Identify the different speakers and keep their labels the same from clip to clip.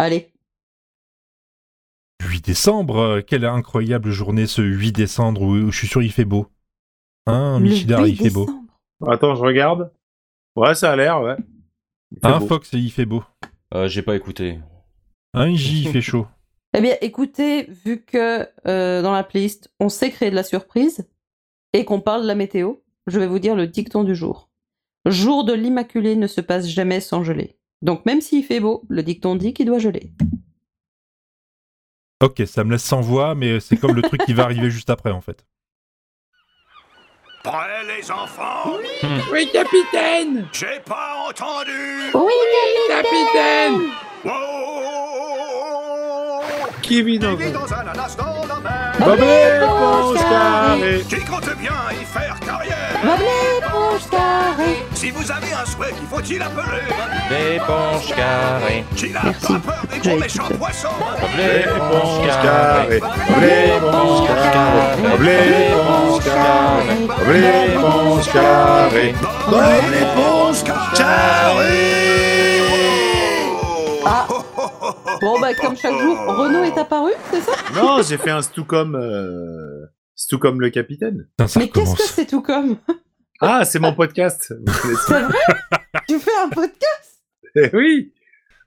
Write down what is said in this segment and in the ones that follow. Speaker 1: Allez.
Speaker 2: 8 décembre, euh, quelle incroyable journée ce 8 décembre où, où je suis sûr il fait beau. Hein, Michidar, il fait beau.
Speaker 3: Attends, je regarde. Ouais, ça a l'air, ouais. Il fait
Speaker 2: Hein,
Speaker 3: beau.
Speaker 2: Fox, il fait beau.
Speaker 4: Euh, J'ai pas écouté.
Speaker 2: Hein, J, il fait chaud.
Speaker 1: Eh bien, écoutez, vu que euh, dans la playlist, on sait créer de la surprise et qu'on parle de la météo, je vais vous dire le dicton du jour. Jour de l'Immaculée ne se passe jamais sans geler. Donc, même s'il fait beau, le dicton dit qu'il doit geler.
Speaker 2: Ok, ça me laisse sans voix, mais c'est comme le truc qui va arriver juste après en fait.
Speaker 5: Prêt, les enfants
Speaker 6: Oui, capitaine
Speaker 5: J'ai pas entendu
Speaker 1: Oui,
Speaker 6: Capitaine
Speaker 5: Wow
Speaker 3: Qui vit dans
Speaker 5: Oh. Il est dans un ananas dans la mer
Speaker 1: Ah.
Speaker 3: Bobby éponge carré.
Speaker 5: Qui compte bien y faire carrière
Speaker 1: Ah.
Speaker 5: Si vous avez un souhait qu'il faut-il appeler
Speaker 4: L'éponge carrée.
Speaker 5: Qui n'a
Speaker 1: Merci.
Speaker 5: pas peur des
Speaker 1: J'ai Ah.
Speaker 5: gros
Speaker 1: écouté.
Speaker 5: méchants poissons
Speaker 4: L'éponge carrée.
Speaker 3: carré. L'éponge carré. L'éponge carré. L'éponge carré.
Speaker 5: Dans l'éponge carrée
Speaker 1: Ah.
Speaker 5: Oh,
Speaker 1: Bon, bah, comme chaque jour, Renaud est apparu, c'est ça
Speaker 3: Non, j'ai fait un c'est tout comme. euh, C'est tout comme le capitaine.
Speaker 2: Putain, ça
Speaker 1: Mais qu'est-ce que
Speaker 2: recommence.
Speaker 1: c'est tout comme
Speaker 3: Ah, c'est mon podcast. Vous connaissez.
Speaker 1: C'est vrai Tu fais un podcast
Speaker 3: Eh oui.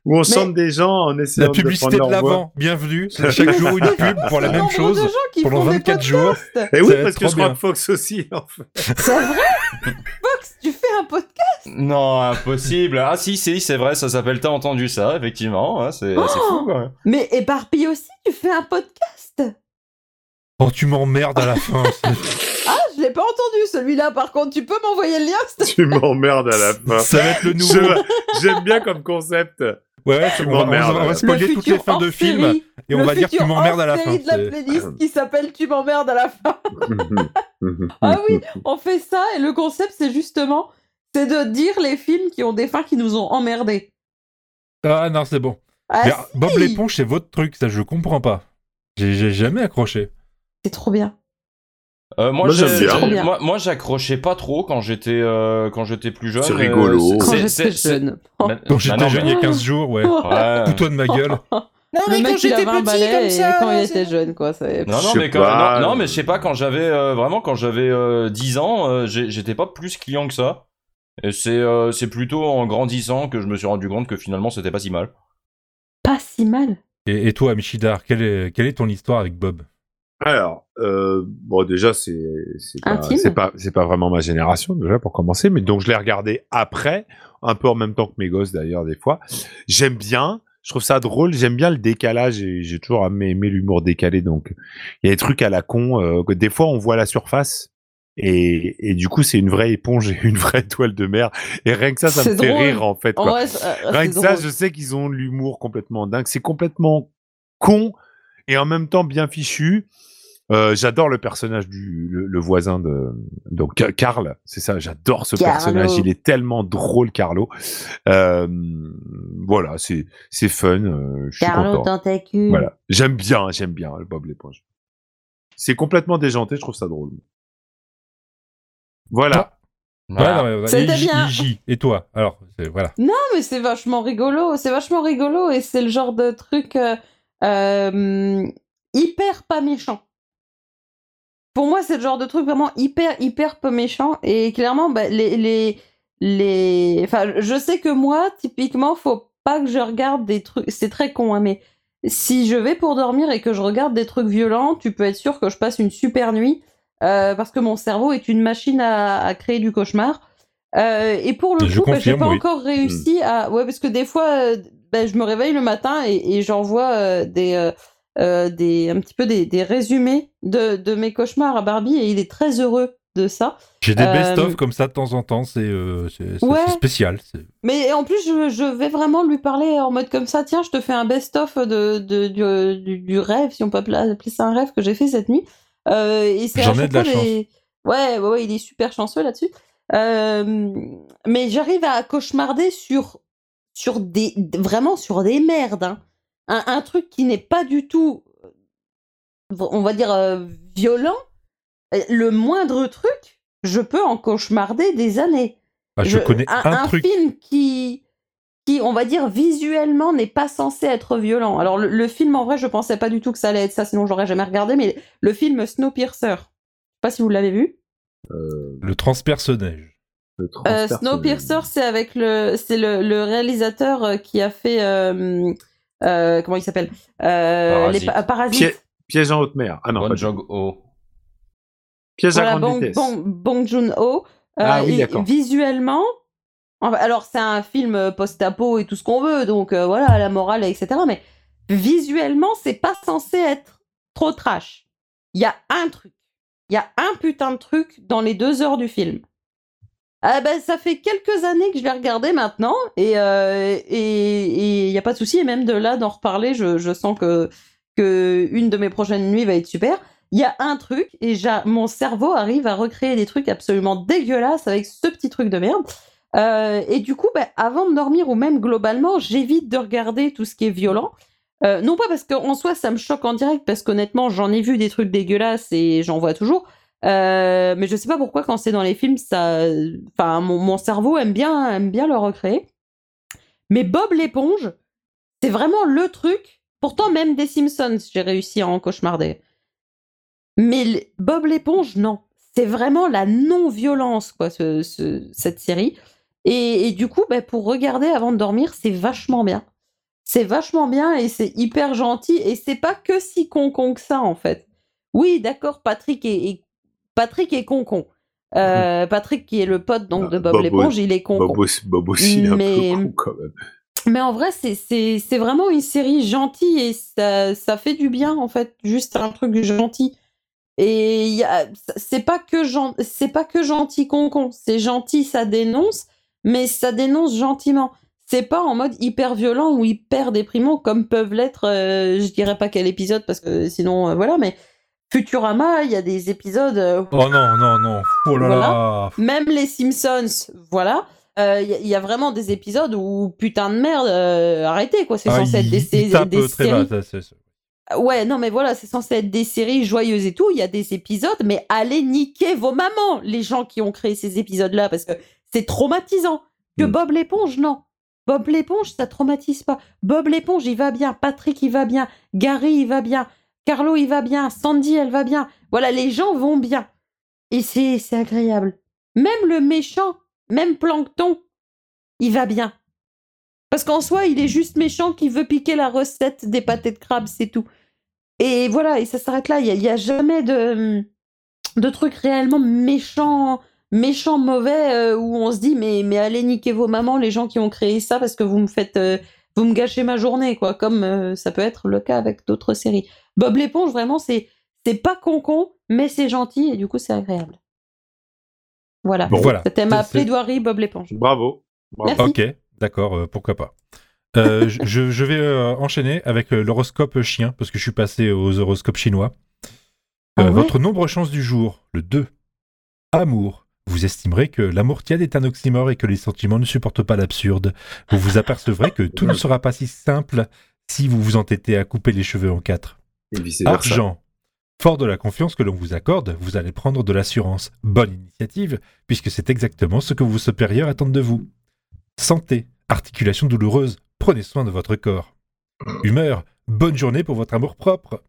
Speaker 3: Où on chante des gens en essayant
Speaker 2: La publicité
Speaker 3: de
Speaker 2: de
Speaker 3: prendre leur voix.
Speaker 2: l'avant, bienvenue. C'est chaque jour une pub pour la
Speaker 1: Le
Speaker 2: même
Speaker 1: nombre de
Speaker 2: chose.
Speaker 1: gens qui
Speaker 2: pendant
Speaker 1: font des
Speaker 2: 24 jours.
Speaker 1: podcasts.
Speaker 3: Eh
Speaker 2: Ça
Speaker 3: oui,
Speaker 2: va
Speaker 3: parce
Speaker 2: être
Speaker 3: que
Speaker 2: trop
Speaker 3: je crois
Speaker 2: bien.
Speaker 3: que Fox aussi. en fait.
Speaker 1: C'est vrai Fox, tu fais un podcast
Speaker 4: Non, impossible. Ah si, si, c'est vrai, ça s'appelle T'as entendu ça, effectivement. hein,
Speaker 1: Oh
Speaker 4: c'est c'est fou, quoi.
Speaker 1: Mais éparpille aussi, tu fais un podcast
Speaker 2: Oh, tu m'emmerdes à la fin.
Speaker 1: Ah, je l'ai pas entendu celui-là, par contre, tu peux m'envoyer le lien s'il te
Speaker 3: Tu m'emmerdes à la fin.
Speaker 2: ça va être le nouveau.
Speaker 3: Je- J'aime bien comme concept.
Speaker 2: Ouais, ouais, on, va, on va- on va
Speaker 3: m'emmerdes.
Speaker 1: plaît
Speaker 2: spoiler toutes les fins de film
Speaker 1: série,
Speaker 2: et
Speaker 1: le
Speaker 2: on va dire
Speaker 1: futur
Speaker 2: tu m'emmerdes à la
Speaker 1: hors-série
Speaker 2: fin.
Speaker 1: de la
Speaker 2: c'est-
Speaker 1: playlist qui s'appelle Tu m'emmerdes à la fin.
Speaker 3: Mmh
Speaker 1: Ah oui, on fait ça et le concept c'est justement c'est de dire les films qui ont des fins qui nous ont emmerdés.
Speaker 2: Ah non, c'est bon.
Speaker 1: Ah,
Speaker 2: Mais euh,
Speaker 1: si
Speaker 2: Bob l'éponge, c'est votre truc, ça je comprends pas. J'ai j'ai jamais accroché.
Speaker 1: C'est trop bien.
Speaker 4: Euh, moi,
Speaker 3: Moi,
Speaker 4: j'ai-
Speaker 3: j'aime bien.
Speaker 4: j'ai-
Speaker 1: Trop bien.
Speaker 4: moi, moi, j'accrochais pas trop quand j'étais euh, quand j'étais plus jeune.
Speaker 3: C'est
Speaker 4: euh,
Speaker 3: rigolo.
Speaker 4: c'est-
Speaker 1: Quand
Speaker 4: c'est-
Speaker 1: j'étais
Speaker 4: c'est-
Speaker 1: jeune.
Speaker 4: Ma-
Speaker 2: Quand j'étais
Speaker 4: Manon,
Speaker 2: jeune il y a 15 jours, ouais.
Speaker 1: Oh.
Speaker 4: Ouais.
Speaker 2: Fous-toi de ma gueule.
Speaker 6: Non,
Speaker 1: le mec il avait un balai et quand il était jeune quoi. c'est-
Speaker 4: Non, non,
Speaker 3: Je
Speaker 4: mais
Speaker 3: sais
Speaker 4: quand,
Speaker 3: pas.
Speaker 4: non, non, mais je sais pas, quand j'avais euh, vraiment, quand j'avais euh, 10 ans, euh, j'ai- j'étais pas plus client que ça. Et c'est euh, c'est plutôt en grandissant que je me suis rendu compte que finalement c'était pas si mal.
Speaker 1: Pas si mal.
Speaker 2: Et, et toi, Michidar, quelle est, quelle est ton histoire avec Bob
Speaker 3: Alors, euh, bon, déjà, c'est c'est pas,
Speaker 1: Intime.
Speaker 3: c'est pas, c'est pas vraiment ma génération, déjà, pour commencer. Mais donc, je l'ai regardé après, un peu en même temps que mes gosses, d'ailleurs, des fois. J'aime bien, je trouve ça drôle, j'aime bien le décalage, et j'ai toujours aimé, aimé l'humour décalé. Donc, il y a des trucs à la con, euh, que des fois, on voit la surface. Et, et du coup, c'est une vraie éponge et une vraie toile de mer. Et rien que ça, ça me
Speaker 1: C'est
Speaker 3: fait
Speaker 1: drôle.
Speaker 3: rire, en fait.
Speaker 1: En
Speaker 3: quoi.
Speaker 1: vrai, c'est- euh,
Speaker 3: Rien que
Speaker 1: c'est
Speaker 3: ça,
Speaker 1: drôle.
Speaker 3: je sais qu'ils ont de l'humour complètement dingue. C'est complètement con et en même temps bien fichu. Euh, j'adore le personnage du le, le voisin de donc Ca- Carl, c'est ça. J'adore ce
Speaker 1: Carlo.
Speaker 3: personnage. Il est tellement drôle, Carlo. Euh, voilà, c'est c'est fun. euh, je suis
Speaker 1: Carlo
Speaker 3: content.
Speaker 1: Tentacule.
Speaker 3: Voilà, j'aime bien, j'aime bien le Bob l'éponge. C'est complètement déjanté. Je trouve ça drôle. Voilà.
Speaker 2: Ouais,
Speaker 4: Voilà.
Speaker 2: non, mais-
Speaker 1: C'était
Speaker 2: et J-
Speaker 1: bien.
Speaker 2: et J, et toi Alors, c'est- voilà.
Speaker 1: Non, mais c'est vachement rigolo, c'est vachement rigolo et c'est le genre de truc euh, euh, hyper pas méchant. Pour moi, c'est le genre de truc vraiment hyper, hyper peu méchant et clairement, bah, les, les, les... Enfin, je sais que moi, typiquement, faut pas que je regarde des trucs... C'est très con, hein, mais si je vais pour dormir et que je regarde des trucs violents, tu peux être sûr que je passe une super nuit euh, parce que mon cerveau est une machine à, à créer du cauchemar. Euh, et pour le
Speaker 2: Je
Speaker 1: coup, bah, j'ai
Speaker 2: confirme,
Speaker 1: pas
Speaker 2: oui. Hmm.
Speaker 1: encore réussi à... Ouais, parce que des fois, euh, bah, je me réveille le matin et, et j'envoie euh, des... euh, euh, des, un petit peu des, des résumés de, de mes cauchemars à Barbie et il est très heureux de ça.
Speaker 2: J'ai des
Speaker 1: Euh,
Speaker 2: best-of comme ça de temps en temps, c'est euh, c'est- c'est-
Speaker 1: Ouais.
Speaker 2: c'est spécial. c'est-
Speaker 1: Mais en plus, je, je vais vraiment lui parler en mode comme ça. Tiens, je te fais un best-of de, de- du, du- du rêve, si on peut appeler appeler ça un rêve que j'ai fait cette nuit. Euh, et c'est à
Speaker 2: J'en ai
Speaker 1: chaque
Speaker 2: de la
Speaker 1: fois des- Ouais, ouais, ouais, il est super chanceux là-dessus. Euh, mais j'arrive à cauchemarder sur, sur des, vraiment sur des merdes. hein. Un, un truc qui n'est pas du tout, on va dire, euh, violent. Euh, Le moindre truc, je peux en cauchemarder des années.
Speaker 2: Ah, je, connais un, truc.
Speaker 1: film qui qui, on va dire, visuellement n'est pas censé être violent. Alors, le, le film, en vrai, je pensais pas du tout que ça allait être ça, sinon j'aurais jamais regardé, mais le film Snowpiercer. Je sais pas si vous l'avez vu.
Speaker 2: Le transpersonnage.
Speaker 3: Le
Speaker 1: Euh,
Speaker 3: transfert,
Speaker 1: Snowpiercer, c'est avec le, c'est le, le réalisateur euh, qui a fait euh, euh, comment il s'appelle Euh,
Speaker 4: Parasite.
Speaker 1: pa- Parasite.
Speaker 3: Pied- Piège en haute mer. Ah non,
Speaker 4: Bon
Speaker 3: pas du-
Speaker 2: oh.
Speaker 4: Joon-ho.
Speaker 3: Piège à
Speaker 1: Voilà,
Speaker 3: grande
Speaker 1: Bong,
Speaker 3: vitesse.
Speaker 1: Bong- Bong Joon-ho. Euh,
Speaker 3: Ah oui,
Speaker 1: et-
Speaker 3: d'accord.
Speaker 1: Visuellement, enfin, alors c'est un film euh, post-apo et tout ce qu'on veut, donc euh, voilà, la morale, etc. Mais visuellement, c'est pas censé être trop trash. Il y a un truc. Il y a un putain de truc dans les deux heures du film. Ah ben, ça fait quelques années que je l'ai regardé maintenant, et euh, et il n'y a pas de souci, et même de là d'en reparler, je, je sens que, que une de mes prochaines nuits va être super. Il y a un truc, et j'a- mon cerveau arrive à recréer des trucs absolument dégueulasses avec ce petit truc de merde. Euh, et du coup, ben, avant de dormir, ou même globalement, j'évite de regarder tout ce qui est violent. Euh, non pas parce qu'en soi, ça me choque en direct, parce qu'honnêtement, j'en ai vu des trucs dégueulasses et j'en vois toujours. Euh, mais je sais pas pourquoi quand c'est dans les films, ça, enfin, mon, mon cerveau aime bien, aime bien le recréer. Mais Bob l'éponge, c'est vraiment le truc. Pourtant, même des Simpsons, j'ai réussi à en cauchemarder. Mais l- Bob l'éponge, non. C'est vraiment la non-violence, quoi, ce- ce- cette série. Et, et du coup, bah, pour regarder avant de dormir, c'est vachement bien. C'est vachement bien et c'est hyper gentil. Et c'est pas que si concon que ça, en fait. Oui, d'accord, Patrick est, est- Patrick est concon. Euh, Patrick, qui est le pote donc,
Speaker 3: Mm-hmm. Ah,
Speaker 1: de Bob,
Speaker 3: Bob,
Speaker 1: l'éponge, il est concon.
Speaker 3: Bob aussi, Bob aussi, il est
Speaker 1: Mais-
Speaker 3: un peu con quand même.
Speaker 1: Mais en vrai, c'est- c'est c'est vraiment une série gentille et ça, ça fait du bien, en fait. Juste un truc gentil. Et il y a- c'est pas que gen- c'est pas que gentil concon. C'est gentil, ça dénonce, mais ça dénonce gentiment. C'est pas en mode hyper violent ou hyper déprimant comme peuvent l'être, euh, je dirais pas quel épisode parce que sinon, euh, voilà, mais Futurama, il y a des épisodes euh,
Speaker 2: Oh non, non, non. Oh là là.
Speaker 1: même les Simpsons, voilà. Euh, Il y, a- il y a vraiment des épisodes où putain de merde, euh, arrêtez quoi, c'est
Speaker 2: Ah,
Speaker 1: censé
Speaker 2: il-
Speaker 1: être des,
Speaker 2: il
Speaker 1: sé-
Speaker 2: tape
Speaker 1: des
Speaker 2: très bas,
Speaker 1: séries.
Speaker 2: ça, c'est- c'est-
Speaker 1: Ouais, non mais voilà, c'est censé être des séries joyeuses et tout. Il y a des épisodes, mais allez niquer vos mamans, les gens qui ont créé ces épisodes-là, parce que c'est traumatisant. Que
Speaker 3: Mm.
Speaker 1: Bob l'éponge, non. Bob l'éponge, ça traumatise pas. Bob l'éponge, il va bien. Patrick, il va bien. Gary, il va bien. Carlo, il va bien. Sandy, elle va bien. Voilà, les gens vont bien. Et c'est c'est agréable. Même le méchant, même Plankton, il va bien. Parce qu'en soi, il est juste méchant qui veut piquer la recette des pâtés de crabe, c'est tout. Et voilà, et ça s'arrête là. Il n'y a, il y a jamais de, de trucs réellement méchants, méchants, mauvais, euh, où on se dit mais, mais allez niquer vos mamans, les gens qui ont créé ça, parce que vous me faites. euh, vous me gâchez ma journée, quoi, comme euh, ça peut être le cas avec d'autres séries. Bob l'éponge, vraiment, c'est c'est pas con-con, mais c'est gentil, et du coup, c'est agréable. Voilà.
Speaker 2: Bon, voilà.
Speaker 1: C'était ma
Speaker 2: Ah, C'est- c'est-
Speaker 1: plaidoirie, Bob l'éponge.
Speaker 3: Bravo. Bravo.
Speaker 1: Merci.
Speaker 2: Ok, d'accord, euh, pourquoi pas. Euh, je- je, je vais euh, enchaîner avec euh, l'horoscope chien, parce que je suis passé aux horoscopes chinois. Euh,
Speaker 1: Ah ouais
Speaker 2: votre nombre chance du jour, le 2. Amour. Vous estimerez que l'amour tiède est un oxymore et que les sentiments ne supportent pas l'absurde. Vous vous apercevrez que tout ne sera pas si simple si vous vous entêtez à couper les cheveux en quatre.
Speaker 3: Et vice-versa.
Speaker 2: Argent. Fort de la confiance que l'on vous accorde, vous allez prendre de l'assurance. Bonne initiative, puisque c'est exactement ce que vos supérieurs attendent de vous. Santé. Articulation douloureuse. Prenez soin de votre corps. Humeur. Bonne journée pour votre amour propre.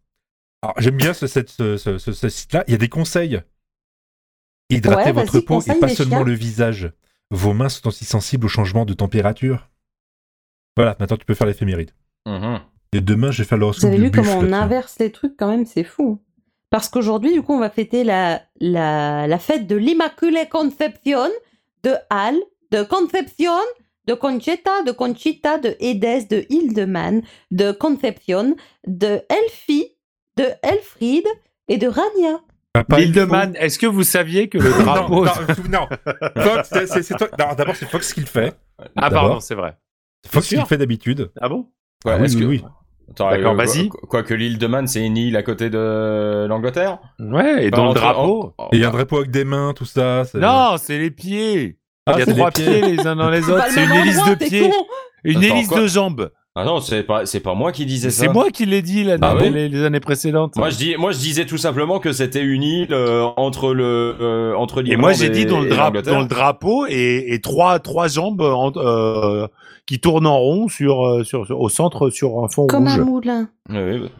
Speaker 2: Alors, j'aime bien ce, cette- ce- ce- ce- ce site-là. Il y a des conseils. Hydratez
Speaker 1: Ouais,
Speaker 2: votre
Speaker 1: vas-y,
Speaker 2: peau et
Speaker 1: conseille
Speaker 2: pas
Speaker 1: les
Speaker 2: seulement
Speaker 1: chiens.
Speaker 2: le visage. Vos mains sont aussi sensibles aux changements de température. Voilà, maintenant tu peux faire l'éphéméride.
Speaker 4: Mhm.
Speaker 2: Et demain, je vais faire
Speaker 1: Vous
Speaker 2: l'horoscope
Speaker 1: avez
Speaker 2: du
Speaker 1: vu comment
Speaker 2: buffle,
Speaker 1: on
Speaker 2: tiens.
Speaker 1: inverse les trucs quand même, c'est fou. Parce qu'aujourd'hui, du coup, on va fêter la, la, la fête de l'Immaculée Conception de Halle, de Conception, de Concheta, de Conchita, de Edès, de Hildemann, de Conception, de Elfie, de Elfried et de Rania.
Speaker 2: Ah, pas une fois.
Speaker 3: Bilderman, est-ce que vous saviez que le drapeau.
Speaker 2: Non, non, non. Fox, c'est- c'est c'est toi. non, D'abord, c'est Fox qui le fait.
Speaker 3: ah, pardon,
Speaker 2: D'abord.
Speaker 3: c'est vrai.
Speaker 2: C'est Fox qui
Speaker 3: sûr
Speaker 2: le fait d'habitude.
Speaker 3: Ah bon
Speaker 4: Quoi,
Speaker 2: Ah oui,
Speaker 4: est-ce
Speaker 2: oui,
Speaker 4: que-
Speaker 2: oui.
Speaker 4: Attends,
Speaker 3: D'accord,
Speaker 4: euh,
Speaker 3: vas-y.
Speaker 4: quoi- Quoique l'île de Man, c'est une île à côté de l'Angleterre
Speaker 3: Ouais, et
Speaker 4: Enfin,
Speaker 3: dans le
Speaker 4: entre-
Speaker 3: drapeau.
Speaker 4: en- en-
Speaker 2: Et il y a un drapeau avec des mains, tout ça. Bah, c'est-
Speaker 3: Non, c'est les pieds.
Speaker 2: Ah,
Speaker 3: Il y a
Speaker 2: c'est
Speaker 3: trois
Speaker 2: les pieds.
Speaker 3: pieds les uns dans les
Speaker 1: Pas
Speaker 3: autres.
Speaker 1: Bah, le
Speaker 3: C'est une
Speaker 1: même
Speaker 3: hélice
Speaker 1: endroit,
Speaker 3: de
Speaker 1: t'es
Speaker 3: pieds.
Speaker 1: con
Speaker 3: Une
Speaker 4: Attends,
Speaker 3: hélice
Speaker 4: quoi
Speaker 3: de jambes.
Speaker 4: Ah non, c'est pas, c'est pas moi qui disais ça.
Speaker 3: C'est moi qui l'ai dit là,
Speaker 4: Ah
Speaker 3: dans
Speaker 4: ouais
Speaker 3: les, les années précédentes.
Speaker 4: Moi je, dis, moi, je disais tout simplement que c'était une île euh, entre le euh, entre
Speaker 3: et moi,
Speaker 4: l'Irlande
Speaker 3: j'ai dit dans le,
Speaker 4: et
Speaker 3: drape-
Speaker 4: l'Angleterre.
Speaker 3: dans le drapeau et, et trois, trois jambes en- euh, qui tournent en rond sur, euh, sur, sur- au centre sur un fond
Speaker 1: Comme
Speaker 3: rouge.
Speaker 1: un moulin.
Speaker 4: Oui, oui.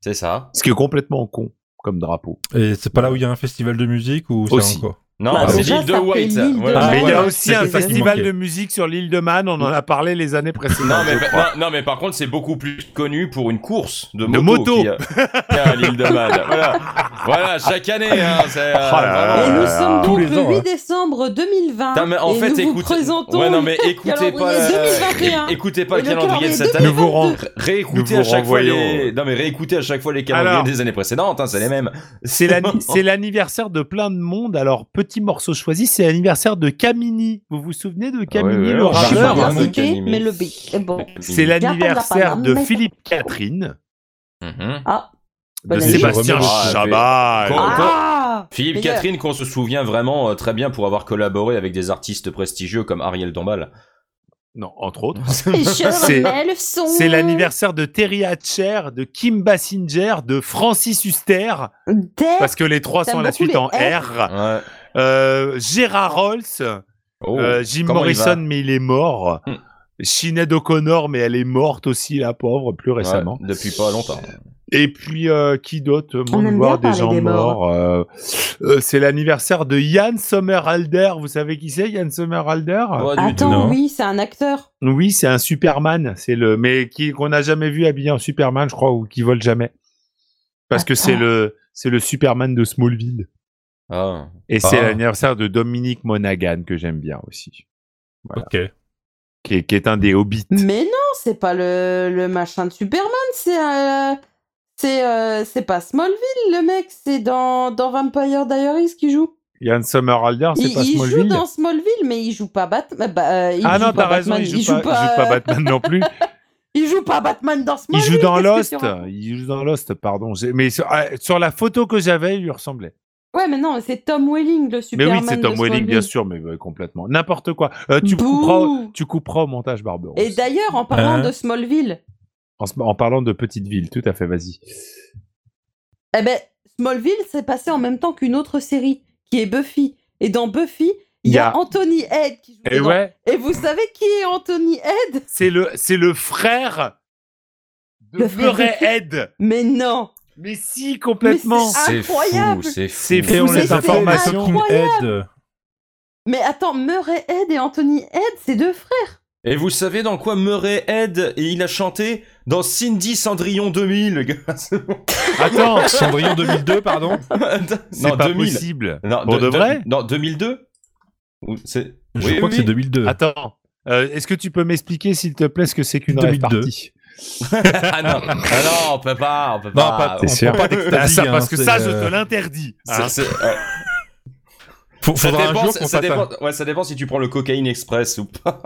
Speaker 4: C'est ça.
Speaker 3: Ce qui est complètement con comme drapeau.
Speaker 2: Et c'est pas là où il y a un festival de musique ou c'est
Speaker 3: Aussi.
Speaker 2: encore
Speaker 4: Non,
Speaker 1: Bah,
Speaker 4: c'est
Speaker 1: déjà,
Speaker 4: l'île de
Speaker 1: ça fait
Speaker 4: White.
Speaker 1: l'île de
Speaker 4: Ouais,
Speaker 1: Ah, White.
Speaker 3: mais il y a
Speaker 1: voilà.
Speaker 3: aussi un
Speaker 2: C'était ça qui
Speaker 3: festival
Speaker 2: manquait.
Speaker 3: de musique sur l'île de Man, on en a parlé les années
Speaker 4: Non
Speaker 3: précédentes.
Speaker 4: mais,
Speaker 3: je crois.
Speaker 4: non, non, mais par contre, c'est beaucoup plus connu pour une course de moto,
Speaker 3: De moto.
Speaker 4: qu'il y a- qu'il y a à l'île de Man. voilà. voilà, chaque année. Hein, c'est, euh,
Speaker 3: Oh là là.
Speaker 4: vraiment-
Speaker 1: Et nous
Speaker 3: là
Speaker 1: sommes
Speaker 3: là.
Speaker 2: Tous
Speaker 1: donc
Speaker 2: les
Speaker 1: le
Speaker 2: ans,
Speaker 1: 8
Speaker 2: hein.
Speaker 1: décembre 2020.
Speaker 4: Putain, mais en
Speaker 1: et
Speaker 4: fait,
Speaker 1: nous vous
Speaker 4: écoutez.
Speaker 1: présentons
Speaker 4: ouais, non, mais
Speaker 1: le
Speaker 4: écoutez pas,
Speaker 1: calendrier
Speaker 4: la-
Speaker 1: 2021.
Speaker 4: écoutez pas
Speaker 1: Et
Speaker 4: le calendrier de cette année.
Speaker 3: Nous vous ren-
Speaker 1: 2022.
Speaker 3: Nous
Speaker 4: Réécoutez
Speaker 3: vous
Speaker 4: à chaque fois
Speaker 3: renvoyons.
Speaker 4: les. Non, mais réécoutez à chaque fois les calendriers
Speaker 3: Alors.
Speaker 4: des années précédentes. Hein, c'est les mêmes.
Speaker 3: C'est l'anni- c'est l'anniversaire de plein de monde. Alors, petit morceau choisi, c'est l'anniversaire de Camini. Vous vous souvenez de Camini,
Speaker 4: ouais,
Speaker 3: le
Speaker 4: ouais,
Speaker 1: Je
Speaker 4: Parleur,
Speaker 1: vais
Speaker 3: rappeur
Speaker 1: bien
Speaker 4: hein, de
Speaker 1: citer,
Speaker 4: Canimé.
Speaker 1: mais le bec est bon.
Speaker 3: C'est
Speaker 1: la
Speaker 3: l'anniversaire
Speaker 1: palme,
Speaker 3: de
Speaker 1: mais-
Speaker 3: Philippe Catherine,
Speaker 4: Mhm.
Speaker 1: Ah,
Speaker 3: de
Speaker 1: Bonne année.
Speaker 3: Sébastien
Speaker 4: Ah, mais-
Speaker 3: Chabal.
Speaker 4: Quand-
Speaker 1: ah
Speaker 4: Philippe
Speaker 1: D'ailleurs-
Speaker 4: Catherine, qu'on se souvient vraiment euh, très bien pour avoir collaboré avec des artistes prestigieux comme Ariel Dombal.
Speaker 3: Non, entre autres.
Speaker 1: Et je
Speaker 3: C'est-
Speaker 1: remets le son.
Speaker 3: C'est l'anniversaire de Terry Hatcher, de Kim Basinger, de Francis Huster,
Speaker 1: Dès-
Speaker 3: parce que les trois
Speaker 1: T'aimes
Speaker 3: sont à la
Speaker 1: beaucoup
Speaker 3: suite
Speaker 1: les
Speaker 3: en
Speaker 1: R.
Speaker 3: R.
Speaker 4: Ouais.
Speaker 3: Euh, Gérard Rolls,
Speaker 4: Oh,
Speaker 3: euh, Jim
Speaker 4: comment il va
Speaker 3: Morrison, mais il est mort.
Speaker 4: Hmm.
Speaker 3: Sinead O'Connor, mais elle est morte aussi, la pauvre, plus
Speaker 4: Ouais,
Speaker 3: récemment.
Speaker 4: depuis pas longtemps.
Speaker 3: Et puis, euh, qui d'autre euh,
Speaker 1: On
Speaker 3: mon
Speaker 1: aime
Speaker 3: voir
Speaker 1: bien parler
Speaker 3: des gens
Speaker 1: des morts.
Speaker 3: morts. euh, euh, c'est l'anniversaire de Yann Sommerhalder. Vous savez qui c'est, Yann Sommerhalder
Speaker 4: Pas du tout.
Speaker 1: Attends,
Speaker 2: non.
Speaker 1: oui, c'est un acteur.
Speaker 3: Oui, c'est un Superman. C'est le, mais qui qu'on n'a jamais vu habillé en Superman, je crois, ou qui vole jamais. Parce que c'est
Speaker 1: Attends.
Speaker 3: le, c'est le Superman de Smallville.
Speaker 4: Ah.
Speaker 3: Et c'est
Speaker 2: Ah.
Speaker 3: l'anniversaire de Dominique Monaghan que j'aime bien aussi,
Speaker 2: Ok.
Speaker 3: qui est, qui est un des hobbits.
Speaker 1: Mais non, c'est pas le, le machin de Superman, c'est euh, c'est euh, c'est pas Smallville, le mec, c'est dans, dans Vampire Diaries qu'il joue.
Speaker 3: Yann Somerhalder, c'est
Speaker 1: Il,
Speaker 3: pas
Speaker 1: il
Speaker 3: Smallville.
Speaker 1: joue dans Smallville, mais il joue pas euh, bah, Batman.
Speaker 3: ah non, t'as raison, il joue, pas, il joue pas Batman non plus.
Speaker 1: euh, Il joue pas Batman dans
Speaker 3: Il
Speaker 1: Smallville.
Speaker 3: joue dans
Speaker 1: qu'est-ce
Speaker 3: Lost.
Speaker 1: que tu racontes
Speaker 3: Il joue dans Lost, pardon. J'ai- Mais sur, ah, sur la photo que j'avais, il lui ressemblait.
Speaker 1: Ouais, mais non, c'est Tom Welling, le
Speaker 3: mais
Speaker 1: Superman.
Speaker 3: oui, c'est Tom
Speaker 1: de
Speaker 3: Welling, bien
Speaker 1: Smallville.
Speaker 3: sûr, mais euh, complètement. N'importe quoi. Euh, tu,
Speaker 1: Bouh
Speaker 3: couperas, tu couperas au montage, Barberousse.
Speaker 1: Et d'ailleurs, en parlant
Speaker 2: Hein
Speaker 1: de Smallville,
Speaker 3: En, se- en parlant de petite ville, tout à fait, vas-y.
Speaker 1: eh ben, Smallville s'est passé en même temps qu'une autre série, qui est Buffy. Et dans Buffy, il y,
Speaker 3: Il y
Speaker 1: a
Speaker 3: a-
Speaker 1: Anthony Head qui joue
Speaker 3: Et
Speaker 1: dedans.
Speaker 3: Eh ouais,
Speaker 1: Et vous savez qui est Anthony Head
Speaker 3: c'est le, c'est le frère de
Speaker 1: Le frère de
Speaker 3: Murray
Speaker 1: qui
Speaker 3: Head.
Speaker 1: Mais non
Speaker 3: Mais si, complètement.
Speaker 1: Mais Incroyable.
Speaker 4: C'est fou,
Speaker 3: C'est
Speaker 4: c'est
Speaker 3: fou.
Speaker 4: fou.
Speaker 2: Et on
Speaker 1: Mais
Speaker 2: les
Speaker 1: c'est
Speaker 2: a fait les
Speaker 1: incroyable.
Speaker 2: Talking Head. euh,
Speaker 1: Mais attends, Murray Head et Anthony Head, c'est deux frères
Speaker 4: Et vous savez dans quoi Murray aide et il a chanté dans Cindy Cendrillon 2000. le gars.
Speaker 3: Attends,
Speaker 2: Cendrillon 2002, pardon.
Speaker 4: non,
Speaker 3: c'est pas
Speaker 4: 2000.
Speaker 3: possible.
Speaker 4: Non,
Speaker 3: Pour
Speaker 4: de-
Speaker 3: de
Speaker 4: de-
Speaker 3: vrai
Speaker 4: Non, 2002 Ou c'est-
Speaker 2: Je
Speaker 4: Oui,
Speaker 2: crois
Speaker 4: oui,
Speaker 2: que c'est
Speaker 4: oui.
Speaker 2: 2002.
Speaker 3: Attends, euh, est-ce que tu peux m'expliquer, s'il te plaît, ce que c'est qu'une rave
Speaker 2: 2002.
Speaker 3: party
Speaker 4: Ah non, ah non, on peut pas, on peut
Speaker 2: Non,
Speaker 4: pas.
Speaker 2: pas,
Speaker 3: t'es
Speaker 2: on
Speaker 3: sûr
Speaker 2: prend pas
Speaker 3: Ah,
Speaker 2: d'extasie.
Speaker 3: ça,
Speaker 2: hein,
Speaker 3: Parce que
Speaker 2: c'est,
Speaker 3: ça, je
Speaker 2: euh,
Speaker 3: te l'interdis. hein.
Speaker 4: C'est- c'est- euh,
Speaker 2: faut-
Speaker 4: ça
Speaker 2: Faudra un
Speaker 4: dépend,
Speaker 2: jour qu'on
Speaker 4: ça
Speaker 2: fasse un-
Speaker 4: dépend- ouais, ça dépend si tu prends le cocaïne express ou pas.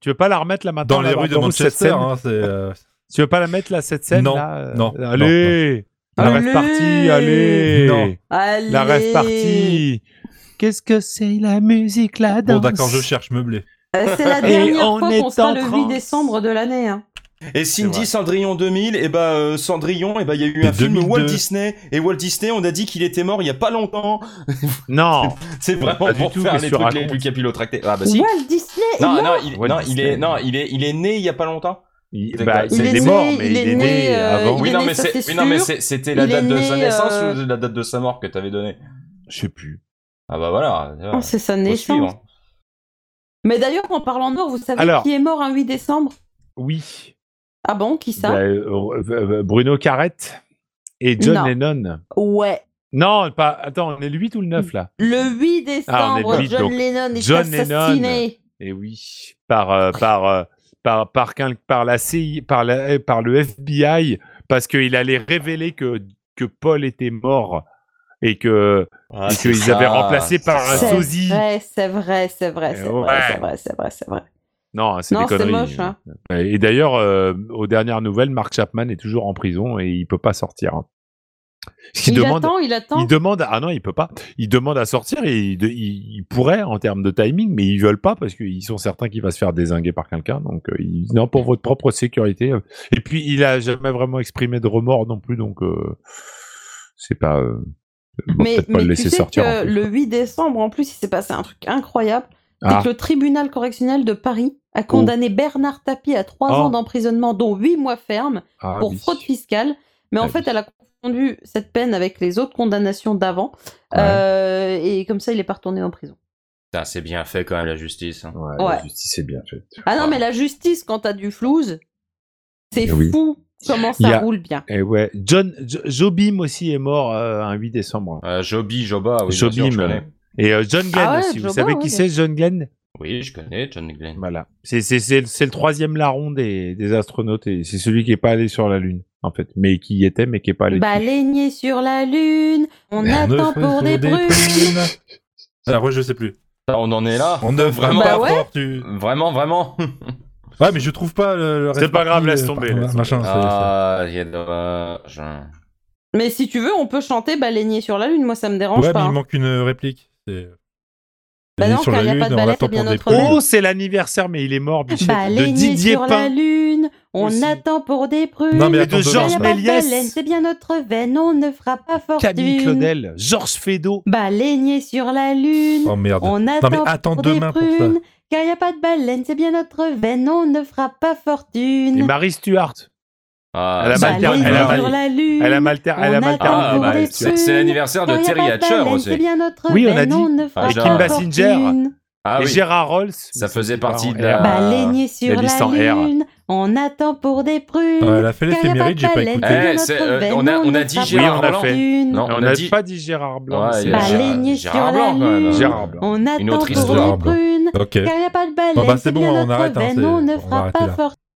Speaker 3: Tu veux pas la remettre là maintenant
Speaker 2: dans les
Speaker 3: là,
Speaker 2: rues de
Speaker 3: Barbarousse, cette
Speaker 2: Manchester.
Speaker 3: scène
Speaker 2: hein, c'est, euh,
Speaker 3: Tu veux pas la mettre là cette scène
Speaker 2: Non,
Speaker 3: là euh,
Speaker 2: non,
Speaker 3: Allez, la
Speaker 1: non.
Speaker 3: rêve partie,
Speaker 1: Allez.
Speaker 3: allez,
Speaker 2: Non.
Speaker 1: Allez
Speaker 3: la rêve partie. Qu'est-ce que c'est la musique, la
Speaker 2: Bon,
Speaker 3: danse
Speaker 2: d'accord, je cherche meublé.
Speaker 1: Euh, C'est la
Speaker 3: Et
Speaker 1: dernière
Speaker 3: on
Speaker 1: fois
Speaker 3: est
Speaker 1: qu'on sera
Speaker 3: en
Speaker 1: le 8
Speaker 3: transe.
Speaker 1: décembre de l'année. hein.
Speaker 4: Et
Speaker 3: C'est
Speaker 4: Cindy
Speaker 3: vrai.
Speaker 4: Cendrillon 2000, et bah euh, Cendrillon, et bah il y a eu
Speaker 2: Et
Speaker 4: un film
Speaker 2: 2002.
Speaker 4: Walt Disney, et Walt Disney, on a dit qu'il était mort il y a pas longtemps.
Speaker 3: Non,
Speaker 4: C'est vraiment
Speaker 3: Pas du
Speaker 4: pour
Speaker 3: tout,
Speaker 4: faire
Speaker 3: qu'est-ce
Speaker 4: les
Speaker 3: que tu
Speaker 4: trucs les
Speaker 3: racontes
Speaker 4: plus capillotractés. Ah bah si.
Speaker 1: Walt Disney est
Speaker 4: Non,
Speaker 1: mort.
Speaker 4: non, il,
Speaker 3: Walt
Speaker 4: non, il
Speaker 3: Disney.
Speaker 4: est, non, il est, il est né il y a pas longtemps.
Speaker 3: il,
Speaker 4: C'est
Speaker 3: bah,
Speaker 4: quoi
Speaker 3: il,
Speaker 1: Il
Speaker 3: est,
Speaker 1: est
Speaker 3: mort,
Speaker 1: né,
Speaker 3: mais
Speaker 1: il
Speaker 3: il est
Speaker 1: est
Speaker 3: né,
Speaker 1: né, euh,
Speaker 3: avant.
Speaker 1: il
Speaker 4: oui,
Speaker 1: est
Speaker 4: non,
Speaker 1: né,
Speaker 4: mais
Speaker 1: ça,
Speaker 4: c'est-
Speaker 1: c'est
Speaker 4: oui, non, mais
Speaker 1: sûr.
Speaker 4: c'est- c'était la
Speaker 1: Il est
Speaker 4: date de
Speaker 1: né,
Speaker 4: sa naissance
Speaker 1: euh,
Speaker 4: ou la date de sa mort que t'avais donnée
Speaker 3: Je sais plus.
Speaker 4: Ah bah voilà. tu vois,
Speaker 3: euh,
Speaker 4: hein.
Speaker 1: Oh, c'est sa
Speaker 4: faut
Speaker 1: naissance.
Speaker 4: suivre.
Speaker 1: Mais d'ailleurs, en parlant de mort, vous savez
Speaker 3: Alors.
Speaker 1: qui est mort un 8 décembre
Speaker 3: Oui.
Speaker 1: Ah bon, qui ça
Speaker 3: Bah, euh, euh, Bruno Carrette et John
Speaker 1: Non.
Speaker 3: Lennon.
Speaker 1: Ouais.
Speaker 3: Non, pas. Attends, on est le 8 ou le 9 là
Speaker 1: Le 8
Speaker 3: Ah, on est
Speaker 1: décembre,
Speaker 3: le huit,
Speaker 1: John
Speaker 3: donc.
Speaker 1: Lennon est
Speaker 3: John
Speaker 1: assassiné.
Speaker 3: Et oui, par euh,
Speaker 1: Ah.
Speaker 3: par euh, par par quel- par la CI, par la- euh, par le FBI parce qu'il allait révéler que que Paul était mort et que
Speaker 4: Ah,
Speaker 3: et
Speaker 4: c'est
Speaker 3: qu'ils
Speaker 4: ça.
Speaker 3: avaient remplacé par un
Speaker 1: C'est
Speaker 3: sosie.
Speaker 1: vrai, c'est vrai, c'est vrai,
Speaker 3: Eh
Speaker 1: c'est
Speaker 3: ouais.
Speaker 1: vrai, c'est vrai, c'est vrai, c'est vrai.
Speaker 3: Non, c'est des
Speaker 1: Non, c'est
Speaker 3: conneries.
Speaker 1: moche. hein.
Speaker 3: Et d'ailleurs, euh, aux dernières nouvelles, Mark Chapman est toujours en prison et il peut pas sortir. hein. Ce qui
Speaker 1: il,
Speaker 3: demande.
Speaker 1: attend, il attend,
Speaker 3: Il demande, ah non, il peut pas. Il demande à sortir et il, de- il- il pourrait en termes de timing, mais ils veulent pas parce qu'ils sont certains qu'il va se faire désinguer par quelqu'un. Donc, euh, il dit non, pour votre propre sécurité. euh. Et puis, il a jamais vraiment exprimé de remords non plus, donc euh, c'est pas. euh, bon,
Speaker 1: mais,
Speaker 3: peut-être pas
Speaker 1: mais
Speaker 3: le
Speaker 1: tu
Speaker 3: laisser
Speaker 1: sais
Speaker 3: sortir. en
Speaker 1: que
Speaker 3: plus.
Speaker 1: le 8 décembre, en plus, il s'est passé un truc incroyable.
Speaker 3: Ah.
Speaker 1: C'est que le tribunal correctionnel de Paris a condamné Bernard Tapie à 3
Speaker 3: Oh.
Speaker 1: ans d'emprisonnement, dont 8 mois ferme,
Speaker 3: Ah
Speaker 1: pour
Speaker 3: oui.
Speaker 1: fraude fiscale. Mais
Speaker 3: Ah
Speaker 1: en fait,
Speaker 3: oui.
Speaker 1: elle a confondu cette peine avec les autres condamnations d'avant.
Speaker 3: Ouais.
Speaker 1: Euh, et comme ça, il est pas retourné en prison.
Speaker 4: Putain, c'est bien fait quand même la justice. hein.
Speaker 3: Ouais, la
Speaker 1: Ouais.
Speaker 3: justice est bien faite.
Speaker 1: Ah non, mais la justice, quand t'as du flouze, c'est
Speaker 3: Eh oui.
Speaker 1: fou comment
Speaker 3: Il y
Speaker 1: ça
Speaker 3: a-
Speaker 1: roule bien.
Speaker 3: Et ouais, John Jo- Jobim aussi est mort euh, un 8 décembre.
Speaker 4: Euh, Joby, Joba, oui, bien sûr,
Speaker 3: Jobim,
Speaker 4: je connais.
Speaker 3: Et euh, John Glenn
Speaker 1: Ah ouais,
Speaker 3: aussi.
Speaker 1: Joba,
Speaker 3: Vous savez
Speaker 1: ouais,
Speaker 3: qui
Speaker 1: bien
Speaker 3: c'est John Glenn
Speaker 4: Oui, je connais John Glenn.
Speaker 3: Voilà. C'est c'est- c'est- c'est le troisième larron des, des astronautes et c'est celui qui est pas allé sur la Lune, en fait. Mais qui y était, mais qui est pas allé.
Speaker 1: Bah, Baleinier sur la lune, on attend pour des prunes.
Speaker 2: Alors, ouais, je sais plus.
Speaker 4: Ah, On en est là
Speaker 2: On ne vraiment
Speaker 1: Bah
Speaker 2: pas
Speaker 1: ouais.
Speaker 2: fort, tu-
Speaker 4: Vraiment, vraiment
Speaker 2: Ouais, mais je trouve pas le. le
Speaker 3: C'est
Speaker 2: reste
Speaker 3: pas grave,
Speaker 2: parti,
Speaker 3: laisse
Speaker 2: euh,
Speaker 3: tomber,
Speaker 2: par-
Speaker 3: laisse
Speaker 2: machin, c'est-
Speaker 4: Ah, il est dommage.
Speaker 1: Mais si tu veux, on peut chanter Baleinier sur la lune, moi ça me
Speaker 2: c'est-
Speaker 1: dérange
Speaker 2: Ouais, mais
Speaker 1: pas. hein.
Speaker 2: il manque une euh, réplique. C'est-
Speaker 1: Bah
Speaker 2: Mis
Speaker 1: non,
Speaker 2: sur
Speaker 1: quand
Speaker 2: la
Speaker 1: il y a
Speaker 2: lune,
Speaker 1: pas de
Speaker 2: on
Speaker 1: balai,
Speaker 2: l'attend
Speaker 1: c'est bien
Speaker 2: pour des
Speaker 1: autre
Speaker 2: prunes.
Speaker 3: Oh, c'est l'anniversaire, mais il est mort, Bichette. De
Speaker 1: Baleinier
Speaker 3: Didier
Speaker 1: sur la
Speaker 3: Pain.
Speaker 1: lune, on
Speaker 3: Aussi.
Speaker 1: attend pour des prunes.
Speaker 2: Non, mais
Speaker 3: Et
Speaker 2: attends
Speaker 3: de
Speaker 2: deux
Speaker 1: Il
Speaker 3: Georges
Speaker 1: y a
Speaker 2: secondes.
Speaker 1: pas de
Speaker 3: Méliès.
Speaker 1: baleine, c'est bien notre veine, on ne fera pas fortune.
Speaker 3: Camille Claudel, Georges Feydeau.
Speaker 1: Baleinier sur la lune,
Speaker 2: Oh merde.
Speaker 1: on
Speaker 2: Non,
Speaker 1: attend
Speaker 2: mais attends
Speaker 1: pour des
Speaker 2: demain pour ça.
Speaker 1: prunes. Car il n'y a pas de baleine, c'est bien notre veine, on ne fera pas
Speaker 3: Et
Speaker 1: fortune.
Speaker 3: Marie Stewart.
Speaker 4: Ah,
Speaker 3: Elle a
Speaker 4: c'est-
Speaker 3: mal terminé, elle a
Speaker 1: Baleinier
Speaker 3: mal-
Speaker 1: sur la lune.
Speaker 3: Elle a mal ter-
Speaker 1: on
Speaker 3: elle a mal
Speaker 1: attend
Speaker 3: terminé.
Speaker 4: Ah,
Speaker 1: pour
Speaker 4: bah,
Speaker 1: des
Speaker 4: c'est
Speaker 1: prunes.
Speaker 4: c'est l'anniversaire de
Speaker 1: Car il Bah, y a
Speaker 4: Terry
Speaker 1: pas de
Speaker 4: Hatcher
Speaker 1: baleine, C'est
Speaker 4: aussi.
Speaker 1: bien notre
Speaker 3: Oui, on a
Speaker 1: veine,
Speaker 3: dit.
Speaker 1: on ne fera
Speaker 4: Ah,
Speaker 1: pas
Speaker 4: et Kim
Speaker 3: Basinger.
Speaker 1: fortune.
Speaker 4: Ah
Speaker 3: et
Speaker 4: oui,
Speaker 3: Gérard Rolls.
Speaker 4: ça
Speaker 3: Mais
Speaker 4: faisait
Speaker 3: c'est pas
Speaker 4: partie
Speaker 3: en
Speaker 4: de
Speaker 3: R.
Speaker 4: la...
Speaker 1: Baleinier
Speaker 3: la
Speaker 1: Bah, sur
Speaker 3: liste en
Speaker 1: la
Speaker 3: R.
Speaker 1: lune, on attend pour des prunes.
Speaker 2: Ouais, Ah, elle a
Speaker 1: Car
Speaker 2: fait
Speaker 1: y a
Speaker 2: l'éphéméride, j'ai pas
Speaker 1: de baleine,
Speaker 2: écouté.
Speaker 1: c'est bien
Speaker 4: Eh,
Speaker 1: notre
Speaker 4: c'est, euh,
Speaker 1: veine,
Speaker 4: on a- on a
Speaker 1: ne
Speaker 4: dit
Speaker 1: fera
Speaker 4: Gérard
Speaker 1: pas
Speaker 3: Blanc.
Speaker 1: fortune.
Speaker 4: Non,
Speaker 3: On
Speaker 4: on
Speaker 3: n'a
Speaker 4: a dit-
Speaker 3: pas dit Gérard Blanc.
Speaker 4: Ouais,
Speaker 3: mais
Speaker 4: il y
Speaker 1: Bah,
Speaker 3: c'est
Speaker 4: a
Speaker 3: Gérard-
Speaker 4: Gérard-
Speaker 1: Baleinier
Speaker 4: Gérard
Speaker 1: sur la
Speaker 4: Blanc, quand même, hein.
Speaker 1: lune.
Speaker 3: Gérard Blanc.
Speaker 1: On attend
Speaker 4: autre
Speaker 1: pour
Speaker 4: histoire,
Speaker 1: des
Speaker 2: Blanc.
Speaker 1: prunes.
Speaker 2: Ok.
Speaker 1: Car il n'y a pas de
Speaker 2: Bon, bah,
Speaker 1: baleine,
Speaker 2: c'est
Speaker 1: c'est
Speaker 2: bon,
Speaker 1: bien
Speaker 2: on
Speaker 1: notre
Speaker 2: arrête, hein,
Speaker 1: veine,
Speaker 2: c'est-
Speaker 1: on
Speaker 2: on
Speaker 1: ne
Speaker 2: va
Speaker 1: fera
Speaker 2: arrêter
Speaker 1: pas
Speaker 2: là.
Speaker 1: fortune.